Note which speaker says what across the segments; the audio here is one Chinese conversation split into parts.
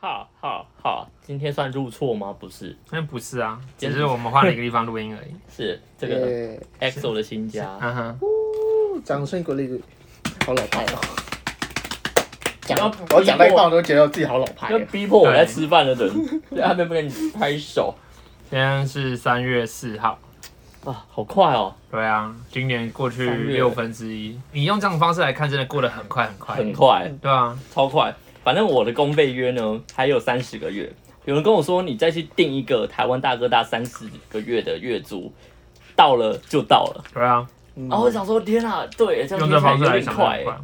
Speaker 1: 哈哈哈！今天算入错吗？不是，
Speaker 2: 那不是啊，只是我们换了一个地方录音 而已。嗯
Speaker 1: 是这个
Speaker 3: 耶
Speaker 2: 呃
Speaker 1: EXO 的新家。
Speaker 2: 哈哈，
Speaker 3: 哦掌声鼓励，好老派哦！
Speaker 1: 讲到
Speaker 3: 我讲到一半，我都觉得自己好老派
Speaker 1: 就
Speaker 3: 哦。
Speaker 1: 逼迫我在吃饭的 人，在那边不跟你拍手
Speaker 2: 今天是三月四号。
Speaker 1: 啊，好快哦，
Speaker 2: 对啊，今年过去
Speaker 1: 三月
Speaker 2: 六分之一，你用这种方式来看，真的过得很快很快。
Speaker 1: 很快，
Speaker 2: 对啊，
Speaker 1: 超快。反正我的公费约呢还有三十个月，有人跟我说你再去订一个台湾大哥大三十个月的月租，到了就到了。
Speaker 2: 对啊，
Speaker 3: 嗯
Speaker 1: 然后我想说，天啊，对，这样听起
Speaker 2: 用这
Speaker 1: 来
Speaker 2: 方式
Speaker 1: 有
Speaker 2: 来
Speaker 1: 点
Speaker 2: 想
Speaker 1: 快
Speaker 2: 很。快。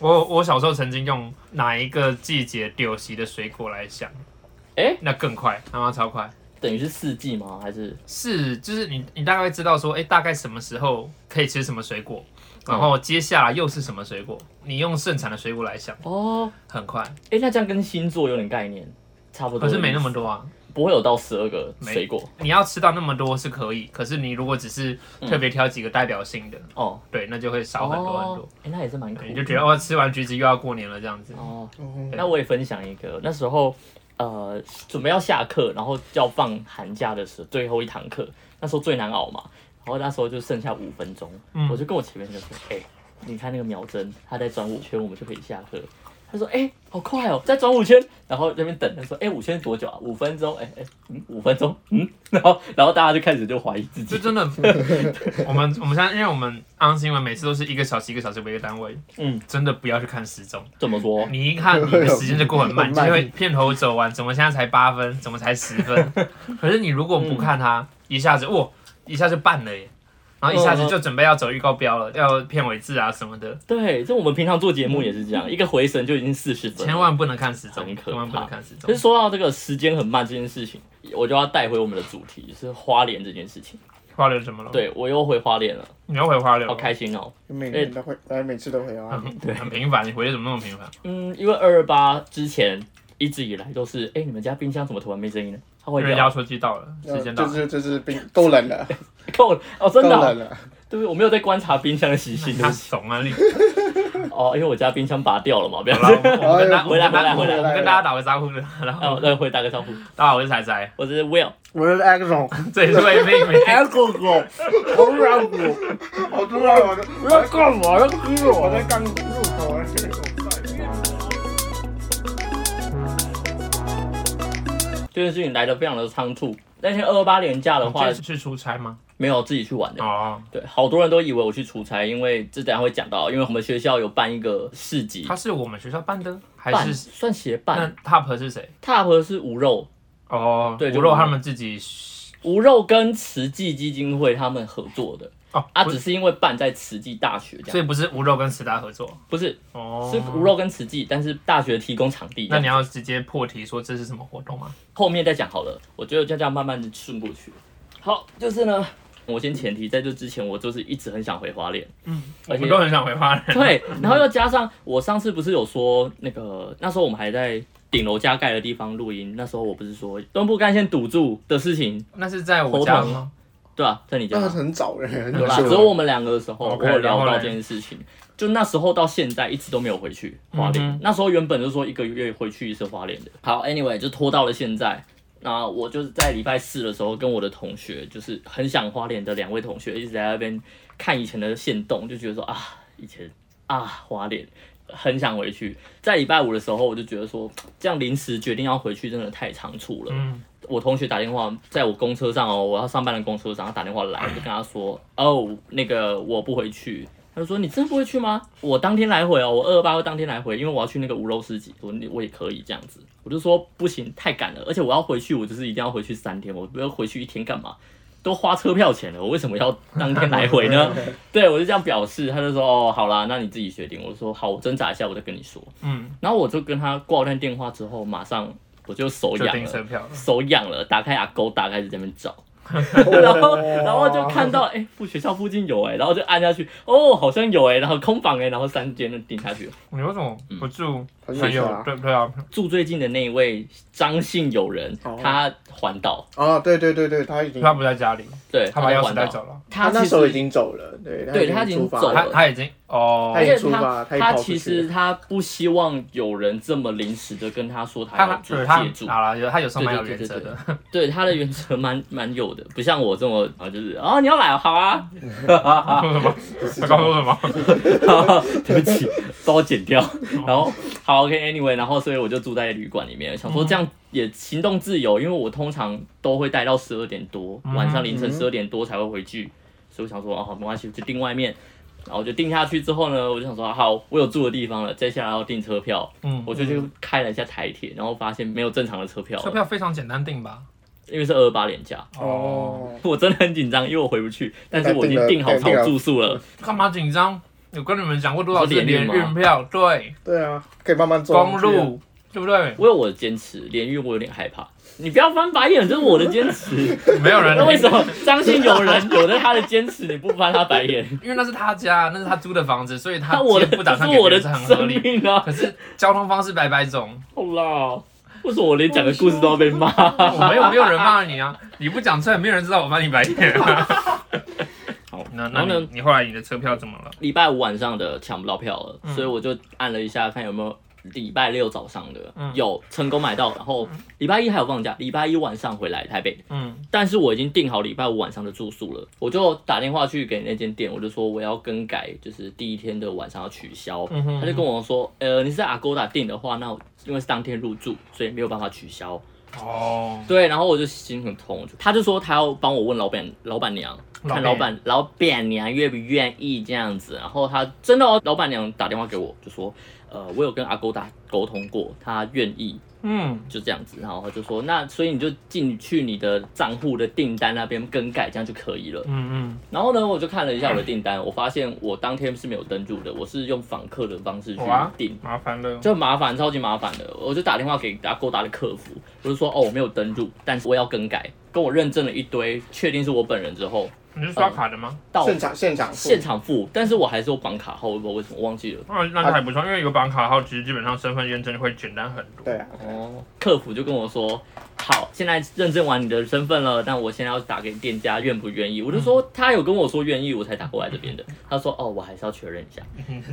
Speaker 2: 我我小时候曾经用哪一个季节丢席的水果来想，
Speaker 1: 诶
Speaker 2: 那更快，他妈超快。
Speaker 1: 等于是四季吗？还是
Speaker 2: 是，就是你你大概会知道说，哎、大概什么时候可以吃什么水果，
Speaker 1: 嗯
Speaker 2: 然后接下来又是什么水果，你用盛产的水果来想，
Speaker 1: 哦，
Speaker 2: 很快，
Speaker 1: 哎，那这样跟星座有点概念，差不多。
Speaker 2: 可是没那么多啊。
Speaker 1: 不会有到十二个水果
Speaker 2: 你要吃到那么多是可以，可是你如果只是特别挑几个代表性的，
Speaker 1: 哦，
Speaker 2: 对，那就会少很多很多。
Speaker 1: 哦，哎、那也是蛮酷的。
Speaker 2: 你就觉得哦，吃完橘子又要过年了这样子。
Speaker 1: 哦，
Speaker 3: 哦
Speaker 1: 那我也分享一个，那时候呃准备要下课，然后要放寒假的时候最后一堂课，那时候最难熬嘛，然后那时候就剩下五分钟，
Speaker 2: 嗯
Speaker 1: 我就跟我前面就说，哎、你看那个秒针，他在转五圈，我们就可以下课。他说：“哎、好快哦，再转五圈。”然后那边等，他说：“哎、五圈多久啊？五分钟？哎、哎、嗯，五分钟，嗯。” 然后，然后大家就开始就怀疑自
Speaker 2: 就
Speaker 1: 己，
Speaker 2: 真的， 我们我们现在因为我们安新闻每次都是一个小时一个小时为一个单位，
Speaker 1: 嗯，
Speaker 2: 真的不要去看时钟，
Speaker 1: 怎么说？
Speaker 2: 你一看你的时间就过很 慢，
Speaker 3: 很
Speaker 2: 就
Speaker 3: 慢
Speaker 2: 会片头走完，怎么现在才八分，怎么才十 分？可是你如果不看
Speaker 1: 嗯
Speaker 2: 它，一下子哇，一下就半了耶，然后一下子就准备要走预告标
Speaker 1: 嗯
Speaker 2: 了，要片尾字啊什么的，
Speaker 1: 对，这我们平常做节目也是这样，一个回神就已经四十分了。
Speaker 2: 嗯千万不能看时钟，
Speaker 1: 很可怕
Speaker 2: 千万不能看时
Speaker 1: 可
Speaker 2: 钟
Speaker 1: 是。说到这个时间很慢这件事情，我就要带回我们的主题是花莲这件事情。
Speaker 2: 花莲怎么了？，
Speaker 1: 对我又回花莲了，
Speaker 2: 你要回花莲
Speaker 1: 好
Speaker 2: 了，
Speaker 1: 开心哦。
Speaker 3: 每年都会，哎，每次都会啊。
Speaker 2: 很很频繁，你回去怎么那么频繁？
Speaker 1: 嗯，因为二二八之前一直以来都是，哎、你们家冰箱怎么突然没声音呢？它会
Speaker 2: 因为
Speaker 1: 掉
Speaker 2: 压，缩机到了，时间到
Speaker 3: 就
Speaker 2: 了。
Speaker 3: 是就是冰够冷了，
Speaker 1: 够了哦，
Speaker 3: 够
Speaker 1: 真的、
Speaker 3: 冷
Speaker 1: 哦，
Speaker 3: 了。
Speaker 1: 对不对？我没有在观察冰箱的习性，对
Speaker 2: 他
Speaker 1: 不起
Speaker 2: 怂啊你！
Speaker 1: 哦，因为我家冰箱拔掉了嘛，不要
Speaker 2: 好。了，我们跟大
Speaker 3: 哎
Speaker 2: 我们跟
Speaker 1: 回来回来
Speaker 2: 大我们
Speaker 3: 回来
Speaker 2: 跟大家打个招呼的。然
Speaker 1: 哦
Speaker 2: 后，
Speaker 1: 那会打个招呼，
Speaker 2: 大家好，我是彩彩，
Speaker 1: 我是 Will，
Speaker 3: 我是 Axon，
Speaker 2: 这里是魏妹
Speaker 1: 哎
Speaker 2: 妹。
Speaker 3: 狗狗，我是 a x 我知道，我不要干嘛？要吃我？我在刚入口而已。
Speaker 1: 这件事情来的非常的仓促。那天二二八连假的话
Speaker 2: 这，是去出差吗？
Speaker 1: 没有自己去玩的，
Speaker 2: 哦，
Speaker 1: 对，好多人都以为我去出差，因为这等一下会讲到，因为我们学校有办一个市集
Speaker 2: 他，是我们学校办的，还
Speaker 1: 办
Speaker 2: 是
Speaker 1: 算协
Speaker 2: 那
Speaker 1: 办
Speaker 2: Top 是谁？
Speaker 1: ，TAP 是无肉，
Speaker 2: 哦，
Speaker 1: 对就
Speaker 2: 无
Speaker 1: 我
Speaker 2: 肉
Speaker 1: 们
Speaker 2: 他们自己
Speaker 1: 无肉跟慈济基金会他们合作的
Speaker 2: 哦
Speaker 1: 啊，
Speaker 2: 不
Speaker 1: 只是因为办在慈济大学这
Speaker 2: 所
Speaker 1: 样，
Speaker 2: 以不是无肉跟慈大合作
Speaker 1: 不是
Speaker 2: 哦，
Speaker 1: 是无。肉跟慈济，但是大学提供场地这
Speaker 2: 那
Speaker 1: 样，
Speaker 2: 你要直接破题说这是什么活动吗？
Speaker 1: 后面再讲好了，我觉得就这样慢慢的顺过去。好，就是呢，我先前提在这之前，我就是一直很想回花莲，
Speaker 2: 嗯，我
Speaker 1: 而且
Speaker 2: 们都很想回花 莲。
Speaker 1: 对，然后又加上我上次不是有说那个，那时候我们还在顶楼加盖的地方录音，那时候我不是说东部干线堵住的事情，
Speaker 2: 那是在我家
Speaker 1: 头
Speaker 2: 吗？
Speaker 1: 对吧、在你家
Speaker 3: 那个很早了，很
Speaker 1: 有啦，只有
Speaker 3: 久
Speaker 1: 我
Speaker 3: 了。
Speaker 1: 们两个的时候，我
Speaker 2: OK，
Speaker 1: 有聊
Speaker 2: 然后
Speaker 1: 到
Speaker 2: 嘞
Speaker 1: 这件事情。就那时候到现在一直都没有回去花莲，
Speaker 2: 嗯哼
Speaker 1: 那时候原本就说一个月回去一次花莲的。好，anyway 就拖到了现在。那我就是在礼拜四的时候跟我的同学，就是很想花莲的两位同学，一直在那边看以前的线动，就觉得说啊，以前啊花莲很想回去。在礼拜五的时候，我就觉得说这样临时决定要回去真的太仓促了。
Speaker 2: 嗯，
Speaker 1: 我同学打电话，在我公车上哦，我要上班的公车上，他打电话来，我就跟他说，哦，那个我不回去。他就说：“你真的不会去吗？我当天来回哦，我二二八会当天来回，因为我要去那个无肉市集，我我也可以这样子。”我就说：“不行，太赶了，而且我要回去，我就是一定要回去三天，我不要回去一天干嘛？都花车票钱了，我为什么要当天来回呢？” 对我就这样表示，他就说：“哦，好啦，那你自己决定。”我说：“好，我挣扎一下，我再跟你说。”
Speaker 2: 嗯，
Speaker 1: 然后我就跟他挂断电话之后，马上我就手
Speaker 2: 就
Speaker 1: 痒
Speaker 2: 订
Speaker 1: 了，
Speaker 2: 车票了。
Speaker 1: 手痒了，打开阿勾，打开始在那边找，
Speaker 3: 然
Speaker 1: 然后然后就看到哎，附、学校附近有哎、然后就按下去，哦，好像有哎、然后空房哎、然后三间就订下去了。
Speaker 2: 你为什么不住朋
Speaker 3: 友
Speaker 2: 友
Speaker 3: 啊，
Speaker 2: 对对啊，
Speaker 4: 嗯
Speaker 1: 住最近的那一位张姓友人，
Speaker 3: 哦
Speaker 1: 他环岛，
Speaker 4: 哦，对对对对，他已经
Speaker 2: 他不在家里，
Speaker 1: 对，
Speaker 2: 他把钥匙
Speaker 1: 环
Speaker 2: 带
Speaker 1: 岛，
Speaker 2: 走了，
Speaker 1: 他
Speaker 4: 那
Speaker 1: 其
Speaker 4: 时候已
Speaker 1: 实，
Speaker 4: 经走了，对，
Speaker 1: 对他已经
Speaker 4: 出发
Speaker 1: 走
Speaker 4: 了
Speaker 1: 了
Speaker 2: 他他已经哦
Speaker 4: 他，已
Speaker 1: 而
Speaker 4: 经
Speaker 1: 且
Speaker 4: 出
Speaker 1: 他
Speaker 4: 发他已经
Speaker 1: 他
Speaker 4: 跑出
Speaker 1: 其
Speaker 4: 去
Speaker 1: 实他不希望有人这么临时的跟他说他
Speaker 2: 他
Speaker 1: 要
Speaker 2: 就是
Speaker 1: 去
Speaker 2: 他
Speaker 1: 借住，
Speaker 2: 好了，有他有时候蛮有
Speaker 1: 对
Speaker 2: 原
Speaker 1: 对对
Speaker 2: 则
Speaker 1: 对
Speaker 2: 的，
Speaker 1: 对他的原则蛮蛮有的，不像我这么啊，就是啊你要来哦好 啊，
Speaker 2: 说什么？ 他刚说什么？
Speaker 1: 对不起，帮我剪掉。然后好，OK，Anyway，、然后所以我就住在旅馆里面，想
Speaker 4: 嗯
Speaker 1: 说这样也行动自由，因为我通常都会待到十二点多，
Speaker 2: 嗯
Speaker 1: 晚上凌晨
Speaker 4: 嗯
Speaker 1: 十二点多才会回去，所以我想说，哦，好，没关系，就订外面。然后我就订下去之后呢，我就想说，好，我有住的地方了，接下来要订车票，
Speaker 2: 嗯，
Speaker 1: 我就去开了一下台铁，然后发现没有正常的车票了，
Speaker 2: 车
Speaker 4: 嗯
Speaker 2: 票非常简单订吧？
Speaker 1: 因为是二八年假，
Speaker 2: 哦，
Speaker 4: 哦，
Speaker 1: 我真的很紧张，因为我回不去，但是我已经订好
Speaker 4: 订
Speaker 1: 找
Speaker 4: 了
Speaker 1: 住宿了，
Speaker 2: 干嘛紧张？有跟你们讲过多少次
Speaker 1: 你说
Speaker 2: 连
Speaker 1: 连运吗
Speaker 2: 运票？对，
Speaker 4: 对啊，可以慢慢走
Speaker 2: 公
Speaker 4: 上去啊
Speaker 2: 路，对不对？
Speaker 1: 我有我的坚持，连运我有点害怕。你不要翻白眼，这是我的坚 持。
Speaker 2: 没有 人
Speaker 1: 那为
Speaker 2: 理，
Speaker 1: 什么张信有人有的他的坚持，你不翻他白眼？
Speaker 2: 因为那是他家，那是他租的房子，所以 他
Speaker 1: 那我的
Speaker 2: 其实不打
Speaker 1: 这
Speaker 2: 算
Speaker 1: 是
Speaker 2: 给别
Speaker 1: 我的
Speaker 2: 人是很合
Speaker 1: 生
Speaker 2: 理。
Speaker 1: 命 啊！
Speaker 2: 可是交通方式百百种，
Speaker 1: 好啦，为什么我连讲个故事都要被 骂？
Speaker 2: 我没有没有人骂你 啊，你不讲出来，没有人知道我翻你白眼、啊。
Speaker 1: 好，
Speaker 2: 那
Speaker 1: 然
Speaker 2: 那
Speaker 1: 后
Speaker 2: 你
Speaker 1: 呢，
Speaker 2: 你后来你的车票怎么了？
Speaker 1: 礼拜五晚上的抢不到票了，
Speaker 2: 嗯
Speaker 1: 所以我就按了一下，看有没有礼拜六早上的
Speaker 2: 嗯，
Speaker 1: 有成功买到。然后礼拜一还有放假，礼拜一晚上回来台北，
Speaker 2: 嗯，
Speaker 1: 但是我已经订好礼拜五晚上的住宿了，我就打电话去给那间店，我就说我要更改，就是第一天的晚上要取消。
Speaker 2: 嗯哼
Speaker 1: 他就跟我说，呃，你是在 Agoda 订的话，那我因为是当天入住，所以没有办法取消。
Speaker 2: 哦，
Speaker 1: 对，然后我就心很痛，我就他就说他要帮我问老板老板娘，看
Speaker 2: 老
Speaker 1: 老
Speaker 2: 板
Speaker 1: 板老板娘愿不愿意这样子。然后他真的、哦，老板娘打电话给我，就说，呃，我有跟 Agoda 沟通过，他愿意，
Speaker 2: 嗯，
Speaker 1: 就这样子，然后他就说，那所以你就进去你的账户的订单那边更改，这样就可以了。
Speaker 2: 嗯
Speaker 1: 然后呢，我就看了一下我的订单，我发现我当天是没有登录的，我是用访客的方式去
Speaker 2: 哇
Speaker 1: 订
Speaker 2: 嗯，，麻烦了。
Speaker 1: 就很麻烦，超级麻烦的。我就打电话给阿勾达的客服，我就说哦，我没有登录，但是我要更改，跟我认证了一堆，确定是我本人之后，
Speaker 2: 你是刷卡的吗？
Speaker 1: 到
Speaker 4: 现场现场付
Speaker 1: 现场付，但是我还是有绑卡号，我不知道为什么忘记了。
Speaker 2: 那那就还不错，因为有绑卡号，其实基本上身份验证会简单很多。
Speaker 4: 对啊，
Speaker 1: 哦，客服就跟我说，好，现在认证完你的身份了，但我现在要打给店家，愿不愿意？
Speaker 2: 嗯
Speaker 1: 我就说他有跟我说愿意，我才打过来这边的。他说哦，我还是要确认一下。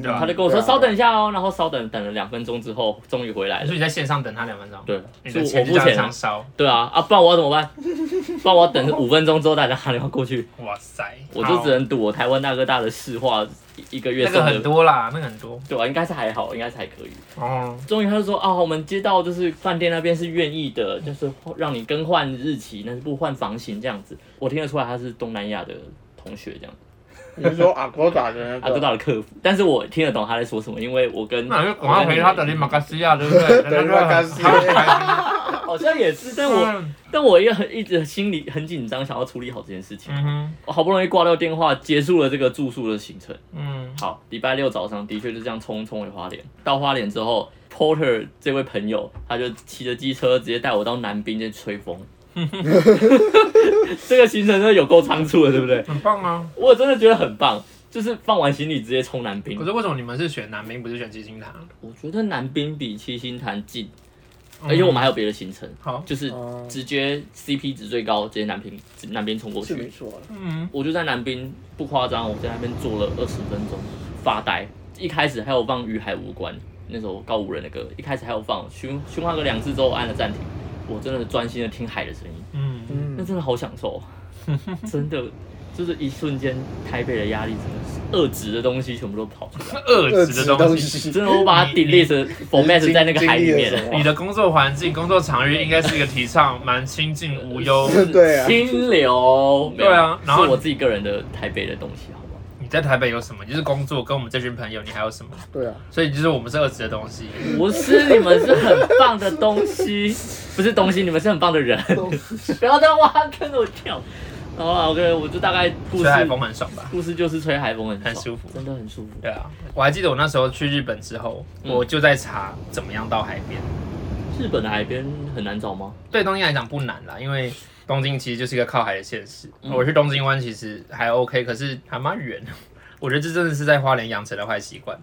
Speaker 2: 对吧
Speaker 1: 他？就跟我
Speaker 4: 对
Speaker 1: 说
Speaker 4: 啊
Speaker 1: 稍等一下哦，然后稍等等了两分钟之后，终于回来
Speaker 2: 所以
Speaker 1: 了。
Speaker 2: 你在线上等他两分钟，
Speaker 1: 对，
Speaker 2: 嗯你
Speaker 1: 是
Speaker 2: 的
Speaker 1: 我
Speaker 2: 钱
Speaker 1: 付
Speaker 2: 就
Speaker 1: 钱
Speaker 2: 这样
Speaker 1: 啊，
Speaker 2: 烧。
Speaker 1: 对啊，啊，不然我要怎么 办？不然我要等五分钟之后大家打电话过去，
Speaker 2: 哇塞，
Speaker 1: 我就只
Speaker 2: 好
Speaker 1: 能赌我台湾大哥大的市话一一个月
Speaker 2: 那
Speaker 1: 剩
Speaker 2: 个很
Speaker 1: 的，
Speaker 2: 多啦，那个很多。
Speaker 1: 对啊，应该是还好，应该是还可以。
Speaker 2: 哦，
Speaker 1: 终于他就说啊，我们接到就是饭店那边是愿意的，就是让你更换日期，但是不换房型这样子。我听得出来他是东南亚的同学这样，啊
Speaker 4: 你是说阿啊哥打的
Speaker 1: 阿
Speaker 2: 啊
Speaker 4: 那
Speaker 1: 哥
Speaker 4: 个？
Speaker 1: 大的客服，但是我听得懂他在说什么，因为我跟
Speaker 2: 那就赶快回他的利马卡西亚，对不 对？
Speaker 4: 对利马卡西亚
Speaker 2: 亚。
Speaker 1: 哦好像也是，但 我
Speaker 2: 嗯
Speaker 1: 但我也很一直心里很紧张，想要处理好这件事情。
Speaker 2: 嗯哼，
Speaker 1: 我好不容易挂掉电话，结束了这个住宿的行程。
Speaker 2: 嗯，
Speaker 1: 好，礼拜六早上的确就这样匆匆回花莲。到花莲之后，Porter 这位朋友他就骑着机车直接带我到南滨去吹风。 这个行程真的有够仓促的，对不对？
Speaker 2: 很棒啊。
Speaker 1: 我真的觉得很棒，就是放完行李直接冲南滨
Speaker 2: 可。是为什么你们是选南滨，不是选七星潭？
Speaker 1: 我觉得南滨比七星潭近，而且哎我们还有别的行程，
Speaker 2: 嗯好，
Speaker 1: 就是
Speaker 4: 嗯哦
Speaker 1: 直接 CP 值最高，直接南滨南滨冲过
Speaker 4: 是没
Speaker 1: 去。
Speaker 4: 错啊，
Speaker 2: 嗯，
Speaker 1: 我就在南滨，不夸张，我在那边坐了二十分钟，发呆。一开始还有放《与海无关》那首高五人的歌，一开始还有放，循循环个两次之后我按了暂停，我真的专心的听海的 声音，
Speaker 2: 嗯，
Speaker 1: 那
Speaker 4: 嗯，
Speaker 1: 真的好享受，啊真的就是一瞬间台北的压力真的是，遏制的东西全部都跑出来，
Speaker 2: 二职的东西。
Speaker 4: 西
Speaker 1: 真的我把它 delete format 在那个海里面了。
Speaker 2: 你的工作环境、工作场域应该是一个提倡蛮清静 无忧。
Speaker 1: 嗯
Speaker 4: 对啊
Speaker 1: 清流，
Speaker 2: 对啊然后
Speaker 1: 是我自己个人的台北的东西，好不好？
Speaker 2: 你在台北有什么？就是工作跟我们这群朋友，你还有什么？
Speaker 4: 对啊，
Speaker 2: 所以就是我们是二职的东西。
Speaker 1: 不是，你们是很棒的东西，不是东西，你们是很棒的人。 不要再挖坑我跳。然后啊，OK，我就大概故
Speaker 2: 吹海
Speaker 1: 事
Speaker 2: 风很爽吧？
Speaker 1: 故事就是吹海风很爽
Speaker 2: 很舒服
Speaker 1: 真的很舒服。
Speaker 2: 对啊，我还记得我那时候去日本之后，
Speaker 1: 嗯
Speaker 2: 我就在查怎么样到海边。
Speaker 1: 日本的海边很难找吗？
Speaker 2: 对东京来讲不难啦，因为东京其实就是一个靠海的县市。
Speaker 1: 嗯
Speaker 2: 我去东京湾其实还 OK，可是还蛮远。我觉得这真的是在花莲养成的坏习惯。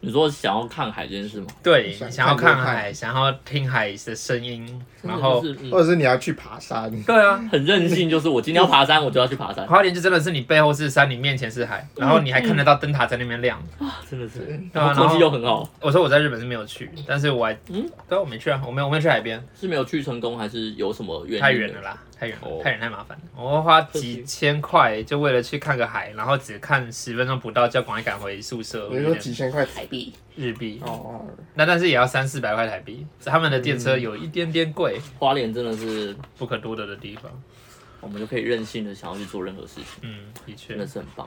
Speaker 1: 你说想要看海这件事吗？
Speaker 2: 对，
Speaker 4: 想
Speaker 2: 想要
Speaker 4: 看
Speaker 2: 看
Speaker 4: 就看
Speaker 2: 海，想要听海的声音，
Speaker 1: 真的
Speaker 2: 然
Speaker 1: 就
Speaker 2: 后
Speaker 1: 是嗯
Speaker 4: 或者是你要去爬山，
Speaker 2: 对啊，
Speaker 1: 很任性，就是我今天要爬山，我就要去爬 山，
Speaker 2: 花莲就真的是你背后是山，你面前是海，然后你还看得到灯塔在那边亮。
Speaker 1: 真的是。
Speaker 2: 对啊，
Speaker 1: 然后
Speaker 2: 然
Speaker 1: 空气又
Speaker 2: 后
Speaker 1: 很好，
Speaker 2: 我说我在日本是没有去，但是我还
Speaker 1: 嗯
Speaker 2: 嗯，对啊，我没去啊，我没有我没有去海边，
Speaker 1: 是没有去成功，还是有什么原因？
Speaker 2: 太远了。啦，太远
Speaker 1: 哦
Speaker 2: 了，太远太麻烦了。我花几千块就为了去看个海，然后只看十分钟不到，就要赶快赶回宿舍，
Speaker 4: 比如
Speaker 2: 有
Speaker 4: 说
Speaker 2: 点
Speaker 4: 几千块台币。
Speaker 2: 日币。
Speaker 4: 哦，
Speaker 2: 那但是也要三四百块台币，他们的电车有一点点贵，
Speaker 1: 花莲真的是，
Speaker 2: 不可多得的地方。
Speaker 1: 我们就可以任性的想要去做任何事情，
Speaker 2: 嗯，的
Speaker 1: 真
Speaker 2: 确
Speaker 1: 的。是很棒。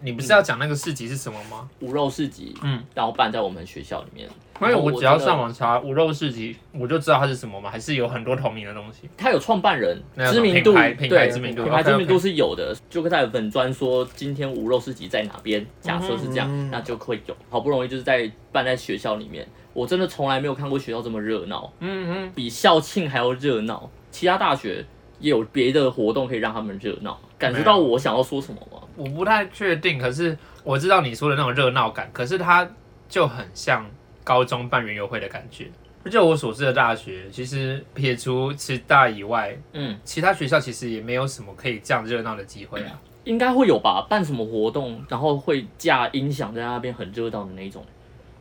Speaker 2: 你不是要讲那个市集是什么吗？
Speaker 1: 无肉市集，
Speaker 2: 嗯，
Speaker 1: 然后办在我们学校里面。
Speaker 2: 因为
Speaker 1: 然后
Speaker 2: 我只要
Speaker 1: 真的
Speaker 2: 上，网查无肉市集，我就知道它是什么嘛，还是有很多同名的东西。
Speaker 1: 他有创办人
Speaker 2: 那有什
Speaker 1: 知
Speaker 2: 么
Speaker 1: 名度，
Speaker 2: 品牌品牌
Speaker 1: 对
Speaker 2: 知名度
Speaker 1: 品牌知名度
Speaker 2: OK，OK
Speaker 1: 是有的。就跟他有粉专说今天无肉市集在哪边，假设是这样，
Speaker 4: 嗯
Speaker 1: 那就会有。好不容易就是在办在学校里面，我真的从来没有看过学校这么热闹。
Speaker 2: 嗯嗯，
Speaker 1: 比校庆还要热闹，其他大学也有别的活动可以让他们热闹。感觉到
Speaker 2: 没有
Speaker 1: 我想要说什么吗？
Speaker 2: 我不太确定，可是我知道你说的那种热闹感，可是它就很像高中办园游会的感觉。就我所知的大学，其实撇除师大以外，
Speaker 1: 嗯，
Speaker 2: 其他学校其实也没有什么可以这样热闹的机会啊。
Speaker 1: 应该会有吧？办什么活动，然后会架音响在那边很热闹的那一种，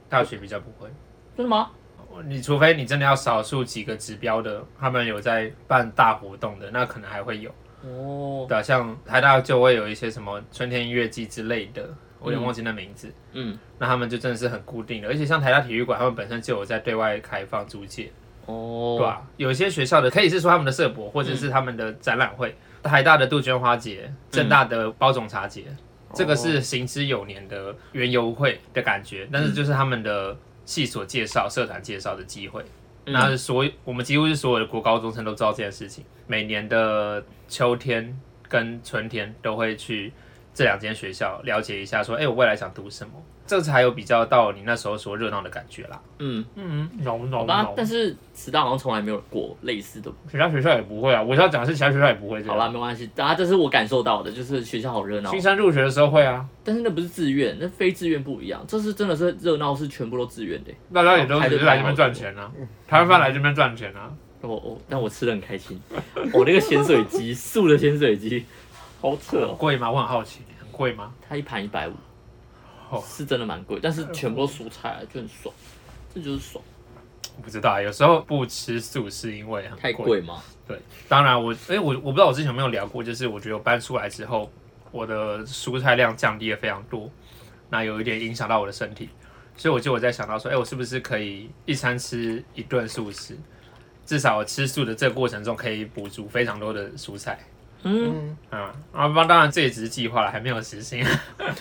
Speaker 2: 大学比较不会。
Speaker 1: 真的吗？
Speaker 2: 你除非你真的要少数几个指标的，他们有在办大活动的，那可能还会有。
Speaker 1: 哦，
Speaker 2: 对啊，像台大就会有一些什么春天音乐季之类的，我也忘记那名字。
Speaker 1: 嗯，
Speaker 2: 那他们就真的是很固定的，而且像台大体育馆，他们本身就有在对外开放租借，
Speaker 1: 哦，
Speaker 2: 对吧、啊有些学校的可以是说他们的社博，或者是他们的展览会，台大的杜鹃花节，正大的包种茶节，这个是行之有年的园游会的感觉，但是就是他们的系所介绍、社团介绍的机会。
Speaker 1: 嗯
Speaker 2: 那所有我们几乎是所有的国高中生都知道这件事情。每年的秋天跟春天都会去这两间学校了解一下，说，哎、我未来想读什么，这才有比较到你那时候所热闹的感觉啦。
Speaker 1: 嗯，
Speaker 2: 嗯，有
Speaker 1: 好
Speaker 2: 有
Speaker 1: 吧。但是师大好像从来没有过类似的。
Speaker 2: 其他学校也不会啊，我要讲的是其他学校也不会这
Speaker 1: 好啦，
Speaker 2: 样。
Speaker 1: 没关系，大家这是我感受到的，就是啊学校好热闹
Speaker 2: 新，生入学的时候会啊，
Speaker 1: 但是那不是自愿，那非自愿不一样。这是真的是热闹，是全部都自愿的。
Speaker 2: 大家也
Speaker 1: 哦
Speaker 2: 都只是来这边赚钱啊，
Speaker 1: 嗯
Speaker 2: 台湾饭来这边赚钱啊。
Speaker 1: 我我但我吃的很开心。我、那个咸水鸡，素的咸水鸡，好扯哦！
Speaker 2: 贵吗？我很好奇，很贵吗？
Speaker 1: 它一盘一百五
Speaker 2: 哦，
Speaker 1: 是真的蛮贵，但是全部都蔬菜啊，就很爽。这就是爽，
Speaker 2: 我不知道啊，有时候不吃素是因为很
Speaker 1: 太贵吗？
Speaker 2: 对，当然我，哎、我我不知道我之前有没有聊过，就是我觉得我搬出来之后，我的蔬菜量降低了非常多，那有一点影响到我的身体，所以我就我在想到说，哎、我是不是可以一餐吃一顿素食？至少我吃素的这个过程中可以补足非常多的蔬菜。
Speaker 1: 嗯，
Speaker 4: 嗯，
Speaker 2: 啊、啊，不，当然这也只是计划了，还没有实行。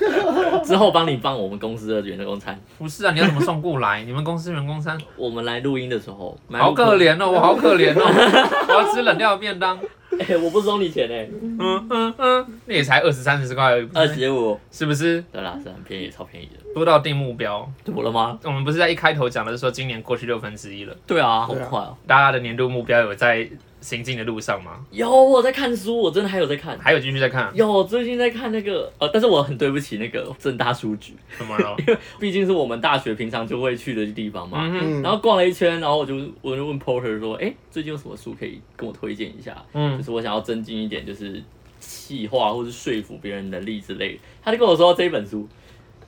Speaker 1: 之后帮你放我们公司的员工餐。
Speaker 2: 不是啊，你要怎么送过来？你们公司员工餐
Speaker 1: 我们来录音的时候，买
Speaker 2: 好
Speaker 1: 路
Speaker 2: 可
Speaker 1: 克。
Speaker 2: 怜哦，我好可怜哦，我要吃冷料便当。
Speaker 1: 哎、我不收你钱哎、
Speaker 2: 嗯嗯嗯，那也才二十三十块而已，
Speaker 1: 二十五。
Speaker 2: 是不是？
Speaker 1: 对
Speaker 4: 嗯
Speaker 1: 啦，是很啊便宜，超便宜的。
Speaker 2: 多到定目标。
Speaker 1: 怎么了吗？
Speaker 2: 我们不是在一开头讲的是说今年过去六分之一了，
Speaker 1: 对啊，好
Speaker 4: 对啊
Speaker 1: 快哦、
Speaker 2: 大家的年度目标有在行进的路上吗？
Speaker 1: 有我在看书，我真的还有在看。
Speaker 2: 还有继续在看？
Speaker 1: 有，我最近在看那个，呃，但是我很对不起那个正大书局，
Speaker 2: 怎么 了？
Speaker 1: 毕竟是我们大学平常就会去的地方嘛。
Speaker 2: 嗯哼，
Speaker 4: 嗯
Speaker 1: 然后逛了一圈，然后我就我就问 porter 说：“哎，最近有什么书可以跟我推荐一下？就
Speaker 2: 嗯，
Speaker 1: 是我想要增进一点，就是气化或是说服别人能力之类的。”他就跟我说这本书，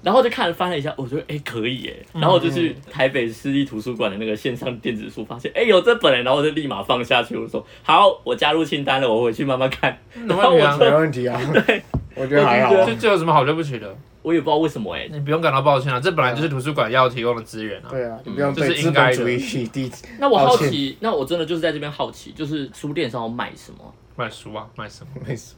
Speaker 1: 然后就看了翻了一下，我觉得哎可以耶，
Speaker 2: 嗯
Speaker 1: 然后我就去台北市立图书馆的那个线上电子书，发现哎有这本耶，然后我就立马放下去，我说好，我加入清单了，我回去慢慢看。
Speaker 2: 没问题啊
Speaker 1: 然后我，
Speaker 4: 没问题啊。我觉得还好
Speaker 1: 我
Speaker 2: 这
Speaker 4: 啊。
Speaker 2: 这有什么好对不起的？
Speaker 1: 我也不知道为什么哎，
Speaker 2: 你不用感到抱歉啊，这本来就是图书馆要提供的资源啊。
Speaker 4: 对啊，你不用
Speaker 2: 这是
Speaker 4: 对资
Speaker 2: 应该
Speaker 4: 本
Speaker 2: 的
Speaker 4: 主义地址。
Speaker 1: 那我好
Speaker 4: 抱歉
Speaker 1: 奇，那我真的就是在这边好奇，就是书店上要卖什么，
Speaker 2: 卖书啊，卖什么？
Speaker 4: 没事，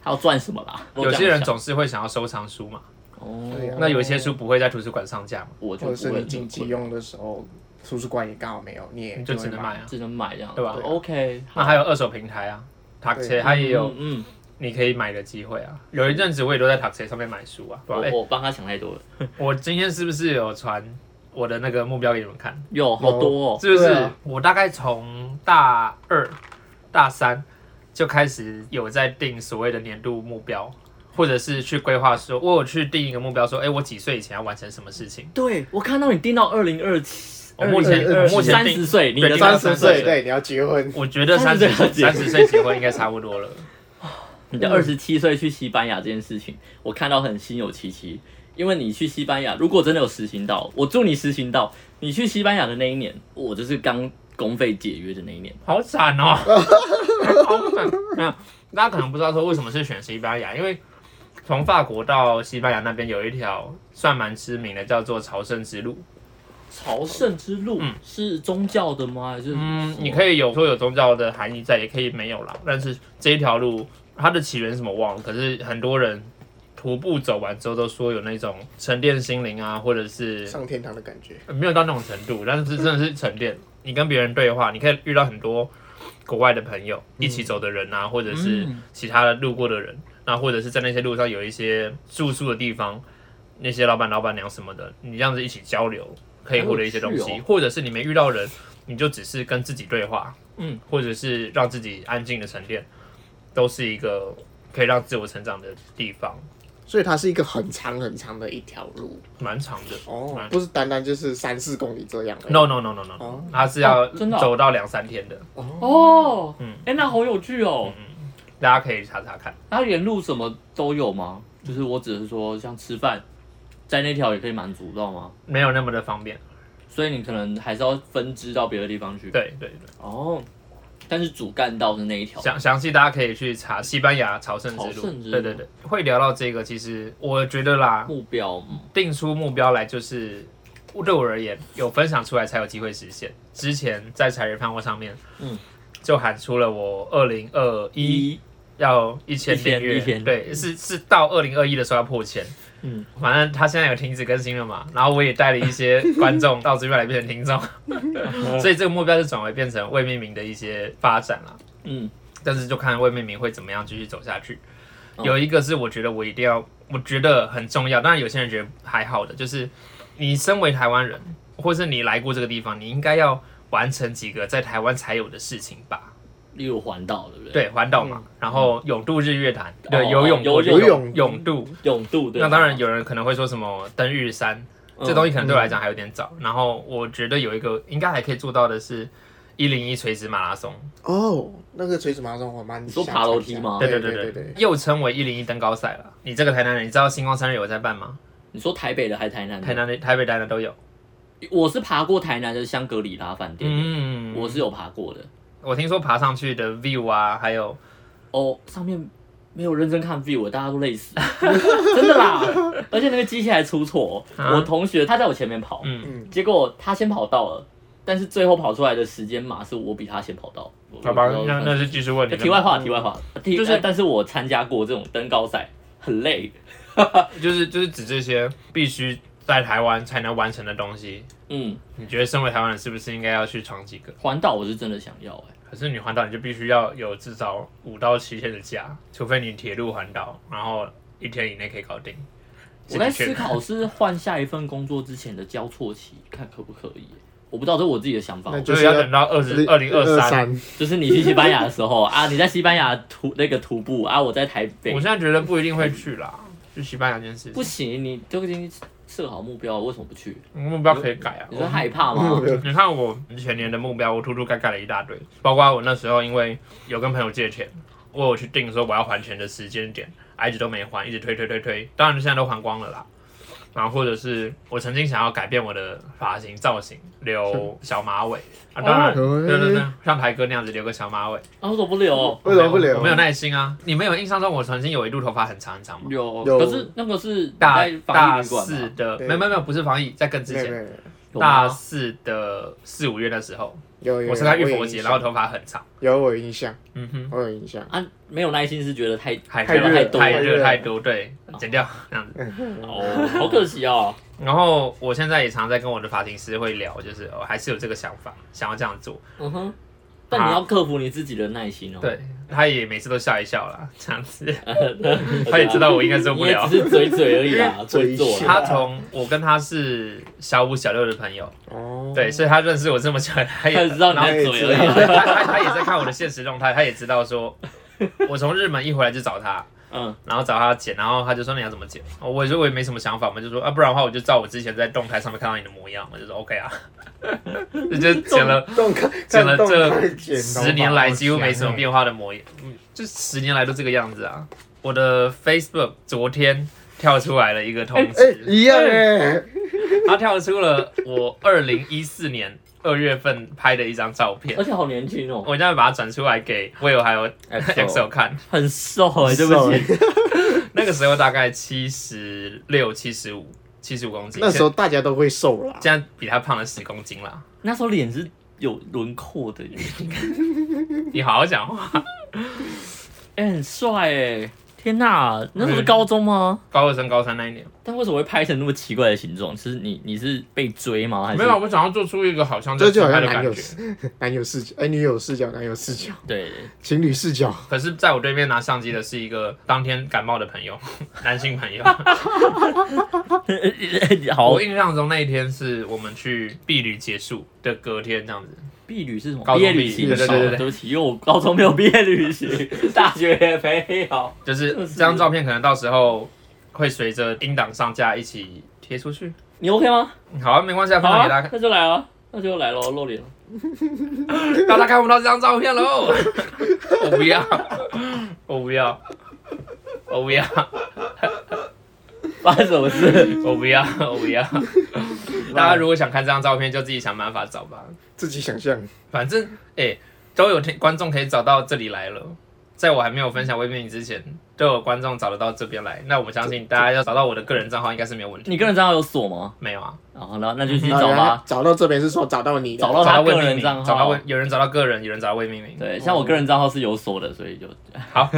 Speaker 1: 还要赚什么啦？
Speaker 2: 有些人
Speaker 1: 走
Speaker 2: 总是会想要收藏书嘛，
Speaker 1: 哦，
Speaker 4: 对啊
Speaker 2: 那有一些书不会在图书馆上架嘛，
Speaker 1: 我就
Speaker 4: 或者是
Speaker 1: 不会
Speaker 4: 你经济用的时候，图书馆也刚好没有，你也
Speaker 2: 你就
Speaker 4: 会
Speaker 2: 只能买啊。
Speaker 1: 只能买这样，
Speaker 2: 对吧
Speaker 1: ？OK，
Speaker 2: 那还有二手平台啊 t a x
Speaker 4: 对
Speaker 2: i 它也有
Speaker 1: 嗯，
Speaker 2: 你可以买的机会啊。有一阵子我也都在 t a x i 上面买书啊，对吧？哎哎
Speaker 1: 嗯我我帮他想太多了，
Speaker 2: 我今天是不是有传我的那个目标给你们看？
Speaker 1: 有好多哦，
Speaker 2: 是不
Speaker 4: 对
Speaker 2: 是
Speaker 4: 啊？
Speaker 2: 我大概从大二、大三就开始有在定所谓的年度目标，或者是去规划说，我有去定一个目标，说，哎、我几岁以前要完成什么事情？
Speaker 1: 对，我看到你定到二零二七，
Speaker 2: 我目前
Speaker 4: 2027
Speaker 2: 我目前
Speaker 1: 哎三十
Speaker 2: 定，
Speaker 1: 岁，你的
Speaker 2: 对定到
Speaker 1: 三
Speaker 4: 三十
Speaker 1: 十
Speaker 4: 岁，
Speaker 2: 岁
Speaker 4: 对，你要结婚，
Speaker 2: 我觉得三
Speaker 1: 30
Speaker 2: 十
Speaker 1: 岁
Speaker 2: 三十岁结婚应该差不 多了。
Speaker 1: 你的二十七岁去西班牙这件事情，我看到很心有戚戚。因为你去西班牙，如果真的有实行到，我祝你实行到。你去西班牙的那一年，我就是刚公费解约的那一年。
Speaker 2: 好 惨哦，好惨。没有，大家可能不知道说为什么是选西班牙，因为从法国到西班牙那边有一条算蛮知名的，叫做朝圣之路。
Speaker 1: 朝圣之路、
Speaker 2: 嗯
Speaker 1: 是宗教的吗？还是
Speaker 2: 嗯，你
Speaker 1: 以
Speaker 2: 可以有说有宗教的含义在，也可以没有啦。但是这一条路它的起源是什么忘了，可是很多人徒步走完之后都说有那种沉淀心灵啊，或者是
Speaker 4: 上天堂的感觉。
Speaker 2: 呃没有到那种程度，但是真的是沉淀。你跟别人对话，你可以遇到很多国外的朋友，一起走的人
Speaker 1: 嗯
Speaker 2: 啊，或者是其他的路过的人，那或者是在那些路上有一些住宿的地方，那些老板、老板娘什么的，你这样子一起交流，可以获得一些东
Speaker 1: 好有
Speaker 2: 西，
Speaker 1: 趣哦
Speaker 2: 或者是你没遇到人，你就只是跟自己对话，嗯，或者是让自己安静的沉淀，都是一个可以让自我成长的地方，
Speaker 4: 所以它是一个很长很长的一条路
Speaker 2: 蛮长的。
Speaker 4: 哦
Speaker 2: 蛮，
Speaker 4: 不是单单就是三四公里这样而已。
Speaker 2: No no no no no，、
Speaker 4: 哦
Speaker 2: no，它是要
Speaker 1: 哦真的哦
Speaker 2: 走到两三天的。
Speaker 1: 哦，哎、
Speaker 2: 嗯
Speaker 1: 那好有趣哦。
Speaker 2: 大家可以查查看。
Speaker 1: 那沿路什么都有吗？就是我只是说，像吃饭，在那条也可以满足到吗？
Speaker 2: 没有那么的方便，
Speaker 1: 所以你可能还是要分支到别的地方去。
Speaker 2: 对对对，
Speaker 1: 哦，但是主干道是那一条。
Speaker 2: 详详细大家可以去查西班牙朝圣之
Speaker 1: 朝圣
Speaker 2: 路，
Speaker 1: 之路
Speaker 2: 对对对，会聊到这个。其实我觉得啦，
Speaker 1: 目标嗯
Speaker 2: 定出目标来就是，对我而言，有分享出来才有机会实现。之前在财人盼望上面，
Speaker 1: 嗯
Speaker 2: 嗯，就喊出了我二零二一
Speaker 1: 一
Speaker 2: 要一千
Speaker 1: 一
Speaker 2: 订
Speaker 1: 千
Speaker 2: 阅
Speaker 1: 一，千
Speaker 2: 对，是是到二零二一的时候要破千。
Speaker 1: 嗯
Speaker 2: 嗯，反正他现在有停止更新了嘛，然后我也带了一 些观众到这边来变成听众，所以这个目标就转为变成未命名的一些发展啦。
Speaker 1: 嗯，
Speaker 2: 但是就看魏明明会怎么样继续走下去。
Speaker 1: 嗯
Speaker 2: 有一个是我觉得我一定要，我觉得很重要，当然有些人觉得还好的，就是你身为台湾人，或是你来过这个地方，你应该要完成几个在台湾才有的事情吧？
Speaker 1: 例如环岛，对不对？
Speaker 2: 对，环岛嘛，然后泳渡日月潭，
Speaker 1: 嗯哦
Speaker 2: 对，游泳
Speaker 1: 游
Speaker 2: 泳
Speaker 4: 泳
Speaker 2: 泳渡。
Speaker 1: 对，永渡对。嗯
Speaker 2: 那当然，有人可能会说什么登日山，这东
Speaker 1: 西
Speaker 2: 西可能对我来讲还有点早。然后我觉得有一个应该还可以做到的是。一零一垂直马拉松，
Speaker 4: 哦，那个垂直马拉松我蛮
Speaker 1: 你说
Speaker 4: 想
Speaker 1: 爬楼
Speaker 4: 参
Speaker 1: 梯
Speaker 4: 加
Speaker 1: 吗
Speaker 4: 对
Speaker 2: 对
Speaker 4: 对
Speaker 2: 对
Speaker 4: 对，
Speaker 2: 又称为一零一登高赛了。你这个台南人，你知道星光三日有在办吗？
Speaker 1: 你说台北的还是台南的？
Speaker 2: 台南的、台北、台南都有。
Speaker 1: 我是爬过台南的香格里拉饭店，
Speaker 2: 嗯，
Speaker 1: 我
Speaker 2: 我
Speaker 1: 是有爬过的。
Speaker 2: 我听说爬上去的 view 啊，还有
Speaker 1: 哦，上面没有认真看 view，大家都累死， 真的啦！而且那个机器还出错，
Speaker 2: 啊
Speaker 1: 我同学他在我前面跑，
Speaker 2: 嗯，
Speaker 4: 嗯，
Speaker 1: 结果他先跑到了，但是最后跑出来的时间码是我比他先跑到。我
Speaker 2: 啊好吧
Speaker 1: 我不，知道哎
Speaker 2: 那那是技术问题。
Speaker 1: 题外话，题外话，题
Speaker 2: 嗯就是
Speaker 1: 呃但是我参加过这种登高赛，很累。
Speaker 2: 就是就是指这些必须在台湾才能完成的东西。
Speaker 1: 嗯，
Speaker 2: 你觉得身为台湾人是不是应该要去闯几个？
Speaker 1: 环岛我是真的想要哎、
Speaker 2: 可是你环岛你就必须要有至少五到七天的假，除非你铁路环岛，然后一天以内可以搞定。
Speaker 1: 我在
Speaker 2: 是
Speaker 1: 思
Speaker 2: 的确
Speaker 1: 考是换下一份工作之前的交错期，看可不可以欸、我不知道，这是我自己的想法
Speaker 4: 那。
Speaker 2: 就
Speaker 4: 就是
Speaker 2: 是要等到二十二零二三。
Speaker 4: 三，
Speaker 1: 就是你去西班牙的时候 啊，你在西班牙徒那个徒步啊，我在台北
Speaker 2: 我现，在觉得不一定会去啦，去西班牙这件事
Speaker 1: 不行，你都已经设好目标了，为什么不去？
Speaker 2: 目标可以改啊。
Speaker 1: 你是害怕
Speaker 4: 哦
Speaker 1: 吗？
Speaker 2: 你看 我全年的目标，我突突改改了一大堆，包括我那时候因为有跟朋友借钱，我有去定说我要还钱的时间点，啊一直都没还，一直推推推推，当然现在都还光了啦。然后或者是我曾经想要改变我的发型造型，留小马尾啊，当然、
Speaker 4: 哦
Speaker 2: 对对对，像台哥那样子留个小马尾，
Speaker 1: 啊，为什么不留？
Speaker 4: 为什么不留
Speaker 2: 我没有耐心啊。你们有印象中我曾经有一度头发很长很长吗？
Speaker 1: 有，
Speaker 4: 有
Speaker 1: 可是那个是
Speaker 2: 大
Speaker 1: 在防
Speaker 2: 大
Speaker 1: 疫旅馆啊
Speaker 2: 四
Speaker 1: 吧
Speaker 2: 的，
Speaker 4: 对
Speaker 2: 没有没有没有，不是防疫，在更之
Speaker 4: 没有没
Speaker 2: 前，
Speaker 4: 有没
Speaker 1: 有吗
Speaker 2: 大四的四五月的时候，
Speaker 4: 有有有，
Speaker 2: 我参加
Speaker 4: 有
Speaker 2: 玉佛节，然后头发很长。
Speaker 4: 有我有印象，
Speaker 2: 嗯哼，
Speaker 4: 我有印象，
Speaker 1: 啊，没有耐心是觉得太
Speaker 2: 太
Speaker 4: 太
Speaker 2: 热
Speaker 4: 热
Speaker 2: 了太热
Speaker 4: 了
Speaker 2: 太多，对，剪掉这样子。
Speaker 1: 哦， 好可惜哦。
Speaker 2: 然后我现在也常在跟我的发型师会聊，就是我、哦还是有这个想法，想要这样做。
Speaker 1: 嗯哼，但你要克服你自己的耐心哦。
Speaker 2: 对，他也每次都笑一笑啦，这 样子，他也知道我应该做不
Speaker 1: 你也
Speaker 2: 了
Speaker 1: 只。是嘴嘴而已 啦，不会做
Speaker 4: 嘴一
Speaker 1: 啦。
Speaker 4: 下
Speaker 2: 他从我跟他是小五小六的朋友，
Speaker 4: 哦，
Speaker 2: 对，所以他认识我这么久，他
Speaker 1: 他
Speaker 2: 也
Speaker 1: 只知道你
Speaker 2: 然后
Speaker 1: 在嘴而已。
Speaker 2: 他他他也在看我的现实动态，他也知道说，我从日本一回来就找他，
Speaker 1: 嗯，
Speaker 2: 然后找他剪，然后他就说那你要怎么剪？哦我说我也没什么想法嘛，就说啊，不然的话我就照我之前在动态上面看到你的模样，我就说 OK 啊，就剪了
Speaker 4: 动看
Speaker 2: 剪了
Speaker 4: 看动态
Speaker 2: 这
Speaker 4: 剪头发哦
Speaker 2: 十年来几乎没什么。
Speaker 4: 好香
Speaker 2: 变化的模样，嗯，就十年来都这个样子啊。我的 Facebook 昨天跳出来了一个通
Speaker 4: 哎、
Speaker 2: 知，
Speaker 4: 一样哎、
Speaker 2: 他跳出了我二零一四年二月份拍的一张照片
Speaker 1: 而，且好年轻哦，
Speaker 2: 我现在把它转出来给 Will 还
Speaker 4: 哦
Speaker 2: 有 XO 看，
Speaker 1: 很瘦哎，对不起，
Speaker 2: 那个时候大概七十六、七十五、七十五公斤，
Speaker 4: 那时候大家都会瘦啦。
Speaker 2: 现在比他胖了十公斤啦。
Speaker 1: 那时候脸是有轮廓 的耶，
Speaker 2: 你好好讲话。
Speaker 1: 哎、很帅哎，天哪，那时候是高中吗？
Speaker 2: 高二升高三那一年，
Speaker 1: 嗯但为什么会拍成那么奇怪的形状？是你你是被追吗？还是
Speaker 2: 没有，啊我想要做出一个好像在
Speaker 4: 这
Speaker 2: 自
Speaker 4: 就好
Speaker 2: 拍
Speaker 4: 像
Speaker 2: 的
Speaker 4: 男
Speaker 2: 感
Speaker 4: 友
Speaker 2: 觉。
Speaker 4: 男友视角， 哎、女友视角，男友视角，
Speaker 1: 对，
Speaker 4: 情侣视角，
Speaker 2: 可是，在我对面拿相机的是一个当天感冒的朋友， 男性 朋友。
Speaker 1: 好
Speaker 2: 我，印象中那一天是我们去避旅结束的隔天，这样子。
Speaker 1: 毕旅是什么？
Speaker 2: 高中
Speaker 1: 毕业旅行？
Speaker 2: 毕业对对对
Speaker 1: 哦
Speaker 2: 对
Speaker 1: 对不起，因为我高中没有毕业旅 行，大学也没有。
Speaker 2: 就是
Speaker 1: 这是
Speaker 2: 这张照片，可能到时候会随着音档上架一起贴出去。
Speaker 1: 你 OK 吗？
Speaker 2: 好啊，没关系啊，
Speaker 1: 嗯好
Speaker 2: 放给大家
Speaker 1: 啊
Speaker 2: 看，，
Speaker 1: 那就来啊，那就来喽，露脸了。
Speaker 2: 大家看不 到这张照片喽。 我不要， 我不要，我不要。
Speaker 1: 发生什么事？
Speaker 2: 我不要，我不要。大家如果想看这张照片，就自己想办法找吧。
Speaker 4: 自己想象。
Speaker 2: 反正哎、都有听观众可以找到这里来了。在我还没有分享微电影之前，都有观众找得到这边来。那我相信大家要找到我的个人账号，应该是没有问题。
Speaker 1: 你个人账号有锁吗？
Speaker 2: 没有啊？
Speaker 1: 然后，然后那就去
Speaker 4: 然
Speaker 1: 找
Speaker 4: 后
Speaker 1: 吧。
Speaker 4: 找到这边是说找到你的，
Speaker 1: 找到
Speaker 2: 找
Speaker 1: 哦他
Speaker 2: 到
Speaker 1: 个
Speaker 2: 魏明
Speaker 1: 人
Speaker 2: 明，
Speaker 1: 账
Speaker 2: 找到魏
Speaker 1: 号，。
Speaker 2: 有人找到个人，有人找到魏明明。
Speaker 1: 对，像我个人账号是有锁的，所以就
Speaker 2: 好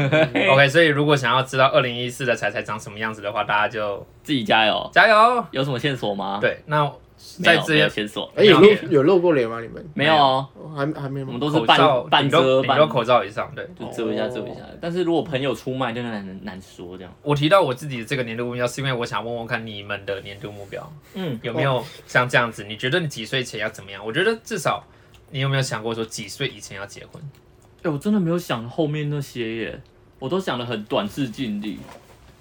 Speaker 2: ，OK。所以如果想要知道二零一四的彩彩长什么样子的话，大家就
Speaker 1: 自己加油。
Speaker 2: 加油。
Speaker 1: 有什么线索吗？，
Speaker 2: 对，那
Speaker 1: 没
Speaker 2: 在
Speaker 1: 有
Speaker 2: 这
Speaker 1: 没有
Speaker 2: 边
Speaker 1: 线索，
Speaker 4: 哎、有露
Speaker 2: 没有
Speaker 4: 有露过脸吗？你们
Speaker 1: 没有哦，
Speaker 4: 哦还还没
Speaker 1: 我
Speaker 4: 吗
Speaker 1: 们？都是
Speaker 2: 口罩
Speaker 1: 半半
Speaker 2: 顶多
Speaker 1: 遮
Speaker 2: 顶
Speaker 1: 半
Speaker 2: 多口罩以上，对。
Speaker 1: 就遮一下
Speaker 4: 哦
Speaker 1: 遮一下。但是如果朋友出卖，就难难说这样。
Speaker 2: 我提到我自己的这个年度目标，是因为我想问问看你们的年度目标
Speaker 1: 嗯，
Speaker 2: 有没有像这样子？你觉得你几岁前要怎么样？我觉得至少你有没有想过说几岁以前要结婚？
Speaker 1: 哎、我真的没有想后面那些耶，我都想的很短视近利，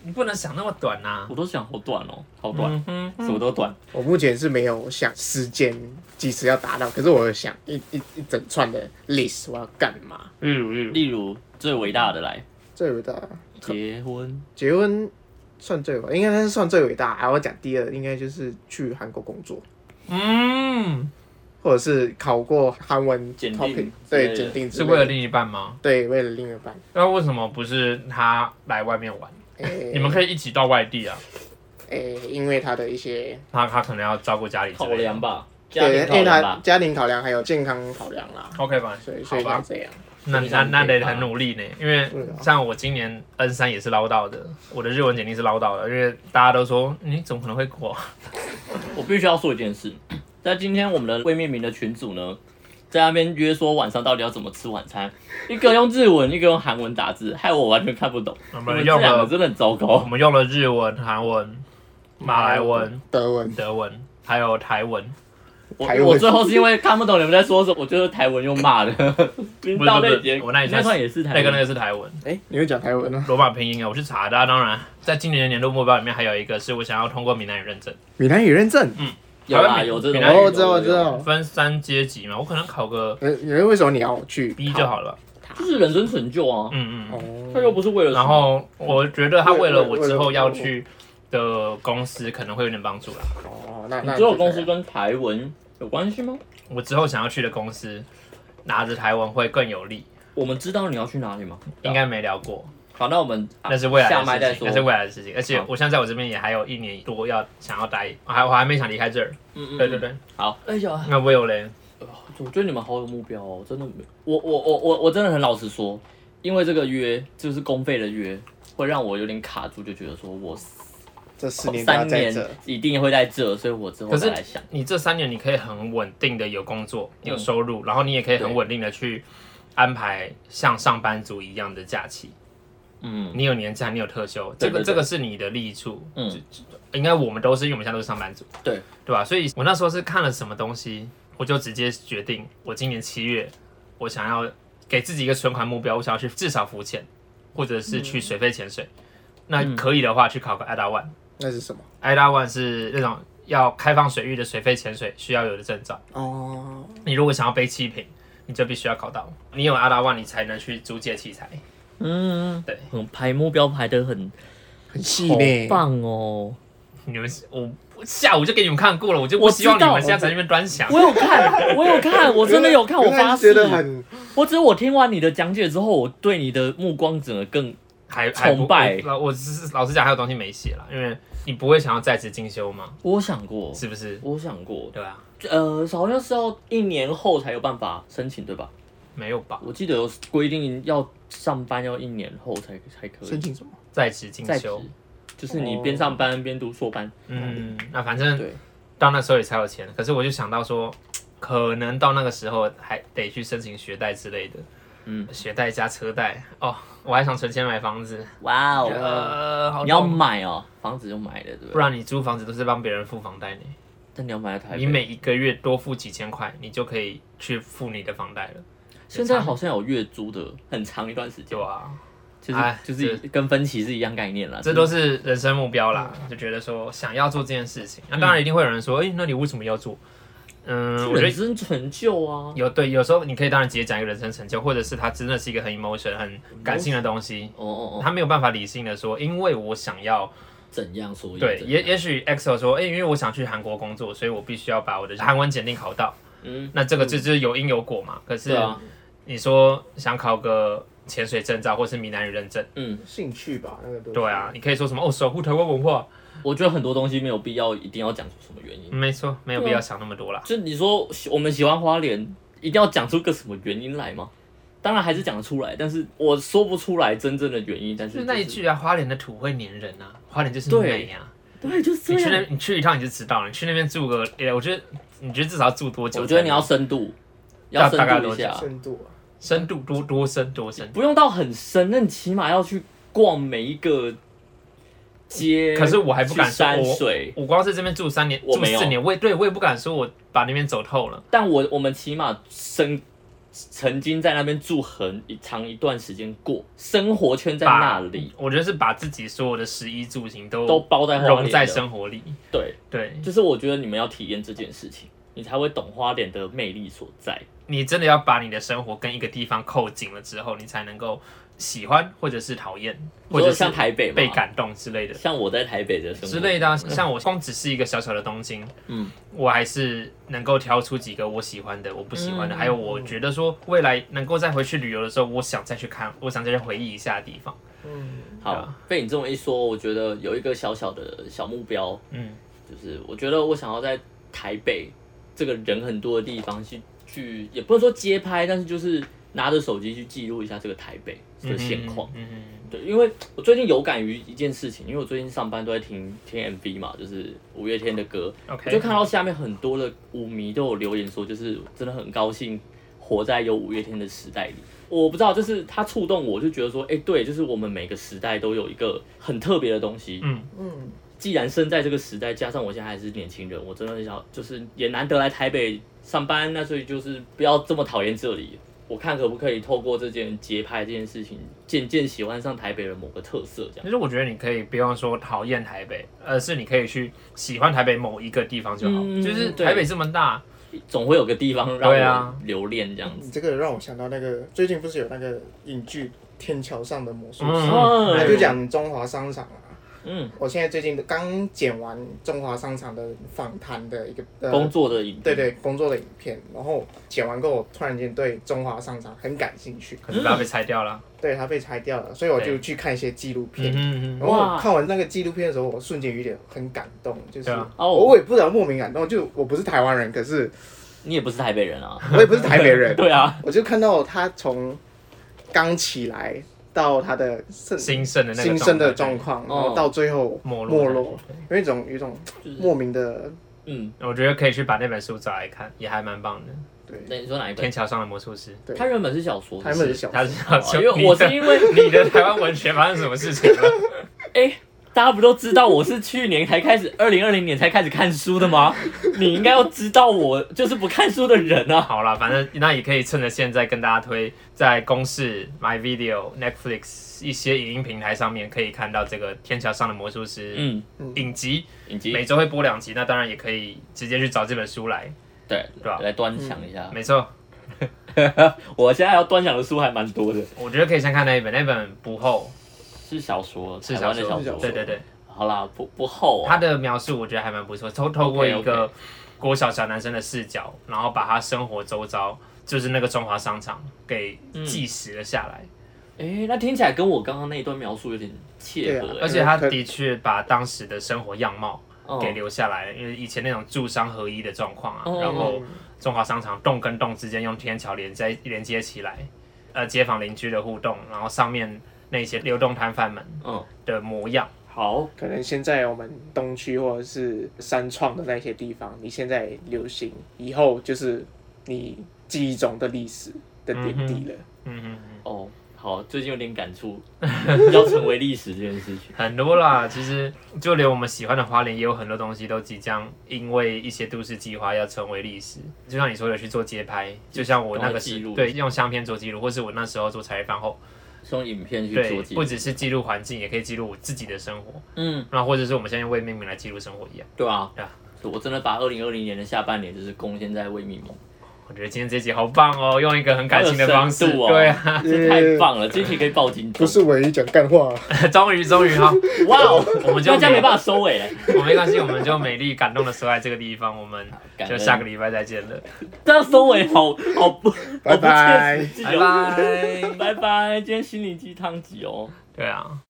Speaker 2: 你不能想那么短呐、
Speaker 1: 我都想好短哦，好短，
Speaker 2: 嗯哼，
Speaker 1: 什么都短。
Speaker 4: 我目前是没有想时间几时要达到，可是我有想一一一整串的 list 我要干嘛。
Speaker 2: 例如例如，
Speaker 1: 例如最伟大的来
Speaker 4: 最伟大
Speaker 1: 结婚，
Speaker 4: 结婚算最伟，应该是算最伟大。然后讲第二，应该就是去韩国工作，
Speaker 2: 嗯，
Speaker 4: 或者是考过韩文
Speaker 1: 检定
Speaker 4: topic，
Speaker 1: 之类的
Speaker 4: 对检定之
Speaker 2: 是
Speaker 4: 类的
Speaker 2: 为了另一半吗？
Speaker 4: 对为了另一半。
Speaker 2: 那为什么不是他来外面玩？
Speaker 4: 诶
Speaker 2: 你们可以一起到外地啊。
Speaker 4: 诶，哎因为他的一些
Speaker 2: 他他可能要照顾家里之
Speaker 1: 考
Speaker 2: 类的
Speaker 1: 量。吧，家庭
Speaker 4: 对，因
Speaker 1: 考
Speaker 4: 为
Speaker 1: 量
Speaker 4: 他
Speaker 1: 吧。
Speaker 4: 家庭考量还有健康考量啦，
Speaker 2: OK 吧，
Speaker 4: 所以所
Speaker 2: 好
Speaker 4: 以才
Speaker 2: 吧，
Speaker 4: 这样。
Speaker 2: 那那那得很努力呢，因为
Speaker 4: 对啊
Speaker 2: 像我今年 N 三也是唠叨的，我的日文检定是唠叨的，因为大家都说你怎么可能会过？
Speaker 1: 我必须要说一件事，在今天我们的未命名的群组呢，在那边约说晚上到底要怎么吃晚餐，一个用日文，一个用韩文打字，害我完全看不懂。
Speaker 2: 我
Speaker 1: 你
Speaker 2: 们
Speaker 1: 们
Speaker 2: 用
Speaker 1: 这两个
Speaker 2: 了
Speaker 1: 真的很糟
Speaker 2: 我
Speaker 1: 糕。
Speaker 2: 们用了日文、韩文、马来文、
Speaker 4: 德文
Speaker 2: 德文，还有台文，
Speaker 1: 我
Speaker 4: 台文
Speaker 1: 我最后是因为看不懂你们在说什么，我就是台文用骂 的。
Speaker 2: 不
Speaker 1: 到
Speaker 2: 是
Speaker 1: 那
Speaker 2: 不
Speaker 1: 节
Speaker 2: 是我那一
Speaker 1: 那
Speaker 2: 串
Speaker 1: 段也是台
Speaker 2: 那
Speaker 1: 文，
Speaker 2: 个那个是台文，
Speaker 4: 哎、你会讲台文啊？
Speaker 2: 罗马拼音啊，我去查的啊。当然，在今年的年度目标里面，还有一个是我想要通过闽南语认证，
Speaker 4: 闽南语认证。
Speaker 1: 有
Speaker 2: 台
Speaker 1: 啦
Speaker 2: 湾
Speaker 1: 有这种
Speaker 2: 闽南语
Speaker 4: 哦，我知道，我知道。
Speaker 2: 分三阶级嘛，我可能考个
Speaker 4: 呃，你为什么你要去
Speaker 2: B 就？好了吧。
Speaker 1: 就是人生成就啊，
Speaker 2: 嗯嗯嗯。
Speaker 4: 哦，
Speaker 1: 他又不是为了什么
Speaker 2: 然后我觉得他为了我
Speaker 4: 为为
Speaker 2: 之后
Speaker 4: 为了
Speaker 2: 要
Speaker 4: 我
Speaker 2: 去的公司可能会有点帮助啦。
Speaker 4: 哦，那
Speaker 1: 你
Speaker 4: 那
Speaker 1: 只有公
Speaker 4: 就
Speaker 1: 司
Speaker 4: 这样
Speaker 1: 跟台文有关系吗？
Speaker 2: 我之后想要去的公司拿着台文会更有利，
Speaker 1: 我们知道你要去哪里吗？
Speaker 2: 应该没聊过，
Speaker 1: 好，那我们
Speaker 2: 啊那是未来
Speaker 1: 下麦
Speaker 2: 的
Speaker 1: 再
Speaker 2: 事
Speaker 1: 说。
Speaker 2: 情，那是未来的事情。而且
Speaker 1: 好
Speaker 2: 我现在在我这边也还有一年多要想要待，我还我还没想离开这儿。
Speaker 1: 嗯嗯，
Speaker 2: 对对。对，
Speaker 1: 好，哎呀，
Speaker 2: 那 Will 嘞，
Speaker 1: 我觉得你们好有目标哦，真的没，我我我我我真的很老实说，因为这个约就是公费的约，会让我有点卡住，就觉得说我
Speaker 4: 这四年都要
Speaker 1: 三
Speaker 4: 在
Speaker 1: 年
Speaker 4: 这，
Speaker 1: 一定会在这，所以我之后
Speaker 2: 可是
Speaker 1: 再来想。
Speaker 2: 你这三年你可以很稳定的有工作、有
Speaker 1: 嗯
Speaker 2: 收入，然后你也可以很
Speaker 1: 对
Speaker 2: 稳定的去安排像上班族一样的假期。
Speaker 1: 嗯，
Speaker 2: 你有年假，你有特休，这
Speaker 1: 对
Speaker 2: 个
Speaker 1: 对对
Speaker 2: 这个是你的利处。
Speaker 1: 嗯
Speaker 2: 嗯，应该我们都是，因为我们现在都是上班族，
Speaker 1: 对
Speaker 2: 对吧？所以我那时候是看了什么东西，我就直接决定，我今年七月我想要给自己一个存款目标，我想要去至少浮潜，或者是
Speaker 1: 嗯
Speaker 2: 去水肺潜水。那可以的话，去考个 ADA One。
Speaker 4: 那是什么？
Speaker 2: ADA One 是那种要开放水域的水肺潜水需要有的证照。
Speaker 4: 哦，
Speaker 2: 你如果想要背气瓶，你就必须要考到。你有 ADA One，你才能去租借器材。
Speaker 1: 嗯，
Speaker 2: 对，
Speaker 1: 很排目标排得很
Speaker 4: 很细
Speaker 1: 好
Speaker 4: 呢。
Speaker 1: 棒哦！
Speaker 2: 你们我我下午就给你们看过了，我就不
Speaker 1: 我
Speaker 2: 希望
Speaker 1: 知
Speaker 2: 你
Speaker 1: 道
Speaker 2: 们现在在那边端详。
Speaker 1: 我有看， 我有看，我真的有看，我
Speaker 4: 原来
Speaker 1: 发
Speaker 4: 是
Speaker 1: 誓
Speaker 4: 觉。得很
Speaker 1: 我只是我听完你的讲解之后，我对你的目光整个更
Speaker 2: 还还不
Speaker 1: 崇拜
Speaker 2: 我我只是老实讲，还有东西没写了，因为你不会想要在职进修吗？
Speaker 1: 我想过，
Speaker 2: 是不是？
Speaker 1: 我想过，
Speaker 2: 对啊，
Speaker 1: 呃，好像是要一年后才有办法申请，对吧？
Speaker 2: 没有吧？
Speaker 1: 我记得有规定要上班要一年后才才可
Speaker 4: 申
Speaker 1: 以
Speaker 4: 请什么？
Speaker 2: 在职进
Speaker 1: 在职
Speaker 2: 修，，
Speaker 1: 就是你边上班边读硕班。
Speaker 2: 嗯，那反正
Speaker 1: 对，
Speaker 2: 到那时候也才有钱。可是我就想到说，可能到那个时候还得去申请学贷之类的，
Speaker 1: 嗯，
Speaker 2: 学贷加车贷哦，我还想存钱买房子，
Speaker 1: 哇哦！
Speaker 2: 呃，好
Speaker 1: 你要
Speaker 2: 痛
Speaker 1: 买哦，房子就买了，对不
Speaker 2: 不
Speaker 1: 对？
Speaker 2: 然你租房子都是帮别人付房贷呢。
Speaker 1: 但你要买在台
Speaker 2: 你
Speaker 1: 北，
Speaker 2: 每一个月多付几千块，你就可以去付你的房贷了，
Speaker 1: 现在好像有月租的，很长一段时间
Speaker 2: 对，啊，
Speaker 1: 就是
Speaker 2: 哎
Speaker 1: 就是跟分期是一样概念啦。
Speaker 2: 这都是人生目标啦，
Speaker 1: 嗯
Speaker 2: 就觉得说想要做这件事情。那当然一定会有人说，哎、那你为什么要做？嗯，我觉
Speaker 1: 人
Speaker 2: 得
Speaker 1: 生成就啊，
Speaker 2: 有对，有时候你可以当然直接讲一个人生成就，或者是它真的是一个很 emotion、很感性的东西，
Speaker 1: 哦哦哦，
Speaker 2: 他没有办法理性的说，因为我想
Speaker 1: 哦
Speaker 2: 要
Speaker 1: 怎样所以
Speaker 2: 对，
Speaker 1: 怎
Speaker 2: 也
Speaker 1: 样
Speaker 2: 也许 EXO 说，哎、因为我想去韩国工作，所以我必须要把我的韩文检定考到。
Speaker 1: 嗯，
Speaker 2: 那这个就就是有因有果嘛。可是
Speaker 1: 对啊，
Speaker 2: 你说想考个潜水证照或是闽南语认证，
Speaker 1: 嗯
Speaker 3: 兴趣吧，那个都是
Speaker 2: 对啊，，你可以说什么哦，守护台湾文化，
Speaker 1: 我觉得很多东西没有必要一定要讲出什么原因。
Speaker 2: 没错，没
Speaker 1: 啊
Speaker 2: 有必要想那么多啦。
Speaker 1: 就你说我们喜欢花莲，一定要讲出个什么原因来吗？当然还是讲得出来，但是我说不出来真正的原因。但是、
Speaker 2: 就是
Speaker 1: 就
Speaker 2: 那一
Speaker 1: 是，
Speaker 2: 句啊，花莲的土会黏人啊，花莲就是
Speaker 1: 对
Speaker 2: 美啊。
Speaker 1: 对，就是
Speaker 2: 你
Speaker 1: 这
Speaker 2: 去那
Speaker 1: 样。，
Speaker 2: 你去一趟你就知道了。你去那边住个，哎、我觉得，你觉得至少要住多久？
Speaker 1: 我觉得你要深度，
Speaker 2: 大
Speaker 1: 要
Speaker 2: 大概
Speaker 1: 深度
Speaker 2: 多
Speaker 1: 一下，
Speaker 3: 深度啊，
Speaker 2: 深度多多深多深。
Speaker 1: 不用到很深，那你起码要去逛每一个街。
Speaker 2: 可是我还不敢
Speaker 1: 去
Speaker 2: 说
Speaker 1: 山
Speaker 2: 我
Speaker 1: 水，
Speaker 2: 我光是这边住三年，
Speaker 1: 我
Speaker 2: 住
Speaker 1: 没有
Speaker 2: 四年，我也对我也不敢说我把那边走透了。
Speaker 1: 但我我们起码生曾经在那边住很长一段时间过，生活圈在那里
Speaker 2: 我觉得是把自己所有的食衣住行都
Speaker 1: 都包在花莲
Speaker 2: 融
Speaker 1: 的
Speaker 2: 在生活里。
Speaker 1: 对，
Speaker 2: 对
Speaker 1: 就是我觉得你们要体验这件事情，你才会懂花莲的魅力所在。
Speaker 2: 你真的要把你的生活跟一个地方扣紧了之后，你才能够喜欢或者是讨厌，或
Speaker 1: 或
Speaker 2: 者
Speaker 1: 者
Speaker 2: 是
Speaker 1: 像台北嘛
Speaker 2: 被感动之类的
Speaker 1: 像我在台北的生活
Speaker 2: 之类的啊、像我光只是一个小小的东京，
Speaker 1: 嗯，
Speaker 2: 我还是能够挑出几个我喜欢的，我不喜欢的，
Speaker 1: 嗯
Speaker 2: 还有我觉得说未来能够再回去旅游的时候，我想再去看，我想再去回忆一下的地方。
Speaker 3: 嗯，
Speaker 1: 好，
Speaker 2: 啊
Speaker 1: 被你这么一说，我觉得有一个小小的小目标，
Speaker 2: 嗯，
Speaker 1: 就是我觉得我想要在台北这个人很多的地方去去，也不能说街拍，但是就是拿着手机去记录一下这个台北的现况。
Speaker 2: 嗯，嗯
Speaker 1: 对，因为我最近有感于一件事情，因为我最近上班都在听听 MV 嘛，就是五月天的歌，
Speaker 2: 嗯
Speaker 1: 我
Speaker 2: ，OK，
Speaker 1: 就看到下面很多的舞迷都有留言说，就是真的很高兴活在有五月天的时代里。我不知道，就是他触动我，就觉得说，哎、对，就是我们每个时代都有一个很特别的东西。
Speaker 2: 嗯，
Speaker 3: 嗯，
Speaker 1: 既然生在这个时代，加上我现在还是年轻人，我真的很想，就是也难得来台北上班，那所以就是不要这么讨厌这里。我看可不可以透过这件节拍这件事情，渐渐喜欢上台北的某个特色，这
Speaker 2: 其
Speaker 1: 样。
Speaker 2: 实我觉得你可以不用说讨厌台北，而是你可以去喜欢台北某一个地方就好。
Speaker 1: 嗯
Speaker 2: 就是
Speaker 1: 对
Speaker 2: 台北这么大，
Speaker 1: 总会有个地方让
Speaker 2: 对啊
Speaker 1: 我留恋这样子。
Speaker 4: 嗯你这个让我想到那个最近不是有那个影剧《天桥上的魔术师》
Speaker 2: 嗯，
Speaker 4: 他
Speaker 1: 哎
Speaker 4: 就讲中华商场啊。
Speaker 1: 嗯，
Speaker 4: 我现在最近刚剪完中华商场的访谈的一个、呃
Speaker 1: 工，作的影
Speaker 4: 对对工作的影片，然后剪完过后，我突然间对中华商场很感兴趣，
Speaker 2: 可是它被拆掉了。
Speaker 4: 对它被拆掉了，所以我就
Speaker 2: 对
Speaker 4: 去看一些纪录片。
Speaker 2: 嗯嗯
Speaker 4: 然后我
Speaker 1: 哇
Speaker 4: 看完那个纪录片的时候，我瞬间有点很感动，就是、
Speaker 2: 对啊
Speaker 1: 哦
Speaker 4: 我也不知道莫名感动，就我不是台湾人，可是
Speaker 1: 你也不是台北人啊。
Speaker 4: 我也不是台北 人，
Speaker 1: 对啊，
Speaker 4: 我就看到他从刚起来到他的盛
Speaker 2: 嗯，新生的那个
Speaker 4: 新生的
Speaker 2: 状
Speaker 4: 状
Speaker 2: 态，
Speaker 4: 况，
Speaker 1: 哦
Speaker 4: 然后到最后
Speaker 2: 没落
Speaker 4: 没落，有一种有一种
Speaker 1: 就是
Speaker 4: 莫名的
Speaker 1: 嗯，
Speaker 2: 我觉得可以去把那本书找来看，也还蛮棒的，
Speaker 4: 对
Speaker 1: 那你说哪一
Speaker 2: 《天
Speaker 1: 本？
Speaker 2: 桥上的魔术师
Speaker 4: 对
Speaker 1: 他原本是小说，
Speaker 4: 他们的小
Speaker 2: 他是》。
Speaker 1: 哦因为我是因为
Speaker 2: 你的台湾文学发生什么事情了？
Speaker 1: 哎，大家不都知道我是去年才开始，二零二零年才开始看书的吗？你应该要知道我就是不看书的人啊。
Speaker 2: 好啦，反正那也可以趁着现在跟大家推，在公视、My Video、Netflix 一些影音平台上面可以看到这个《天桥上的魔术师》
Speaker 1: 嗯，
Speaker 2: 影集，
Speaker 1: 以及
Speaker 2: 每周会播两集，那当然也可以直接去找这本书来。
Speaker 1: 对啊
Speaker 2: 对吧
Speaker 1: 来端详一下。
Speaker 2: 没错，
Speaker 1: 我现在要端详的书还蛮多的，
Speaker 2: 我觉得可以先看那一本，那本不厚，
Speaker 1: 是小说，
Speaker 2: 是
Speaker 1: 台湾
Speaker 2: 小
Speaker 1: 的
Speaker 2: 说，
Speaker 1: 小说。
Speaker 2: 对对对，
Speaker 1: 好啦，不不厚、
Speaker 2: 他
Speaker 1: 啊，
Speaker 2: 的描述我觉得还蛮不错，透透过一
Speaker 1: OK，OK
Speaker 2: 个国小小男生的视角，然后把他生活周遭，就是那个中华商场给
Speaker 1: 嗯
Speaker 2: 计时了下来。
Speaker 1: 哎、那听起来跟我刚刚那一段描述有点切合、
Speaker 4: 对
Speaker 1: 欸
Speaker 4: 啊
Speaker 2: 而且他的确把当时的生活样貌
Speaker 1: 嗯
Speaker 2: 给留下来，因为以前那种住商合一的状况啊，
Speaker 1: 哦
Speaker 2: 然后中华商场栋跟栋之间用天桥连接连接起来，呃，街坊邻居的互动，然后上面那些流动摊贩们
Speaker 1: 嗯，
Speaker 2: 的模样，
Speaker 1: 好，
Speaker 4: 可能现在我们东区或者是三创的那些地方，你现在流行，以后就是你记忆中的历史的点滴了。
Speaker 2: 嗯哼哼，
Speaker 1: 哦，好，最近有点感触， 要成为历史这件事 情。
Speaker 2: 很多啦。其实就连我们喜欢的花莲，也有很多东西都即将因为一些都市计划要成为历史。就像你说的，去做街拍，就像我那个
Speaker 1: 用来记
Speaker 2: 时
Speaker 1: 录
Speaker 2: 对用相片做记录，或是我那时候做茶叶饭后。
Speaker 1: 是用影片去
Speaker 2: 对
Speaker 1: 做，记
Speaker 2: 不
Speaker 1: 录。
Speaker 2: 只是记录环境，也可以记录我自己的生活，
Speaker 1: 嗯，
Speaker 2: 那或者是我们现在用未命名来记录生活一样。
Speaker 1: 对啊，
Speaker 2: 对啊
Speaker 1: 我真的把二零二零年的下半年就是贡献在未命名，
Speaker 2: 我觉得今天这集好棒哦，用一个很感性的方式，
Speaker 1: 好有深度哦
Speaker 2: 对啊，
Speaker 1: 这太棒了，这期可以报金钟。
Speaker 4: 唯一讲干话，
Speaker 2: 终于终于哈，
Speaker 1: 哇哦，
Speaker 2: 我们就
Speaker 1: 大家没办
Speaker 2: 法，
Speaker 1: 法收尾了，
Speaker 2: 我没关系，我们就美丽感动的说在这个地方，我们
Speaker 1: 感
Speaker 2: 就
Speaker 1: 恩
Speaker 2: 下个礼拜再见了，
Speaker 1: 这样收尾好好不
Speaker 4: 拜拜
Speaker 1: 好不切实际
Speaker 2: 拜
Speaker 1: 哦拜
Speaker 2: 拜，
Speaker 1: 拜，今天心灵鸡汤集哦。
Speaker 2: 对啊。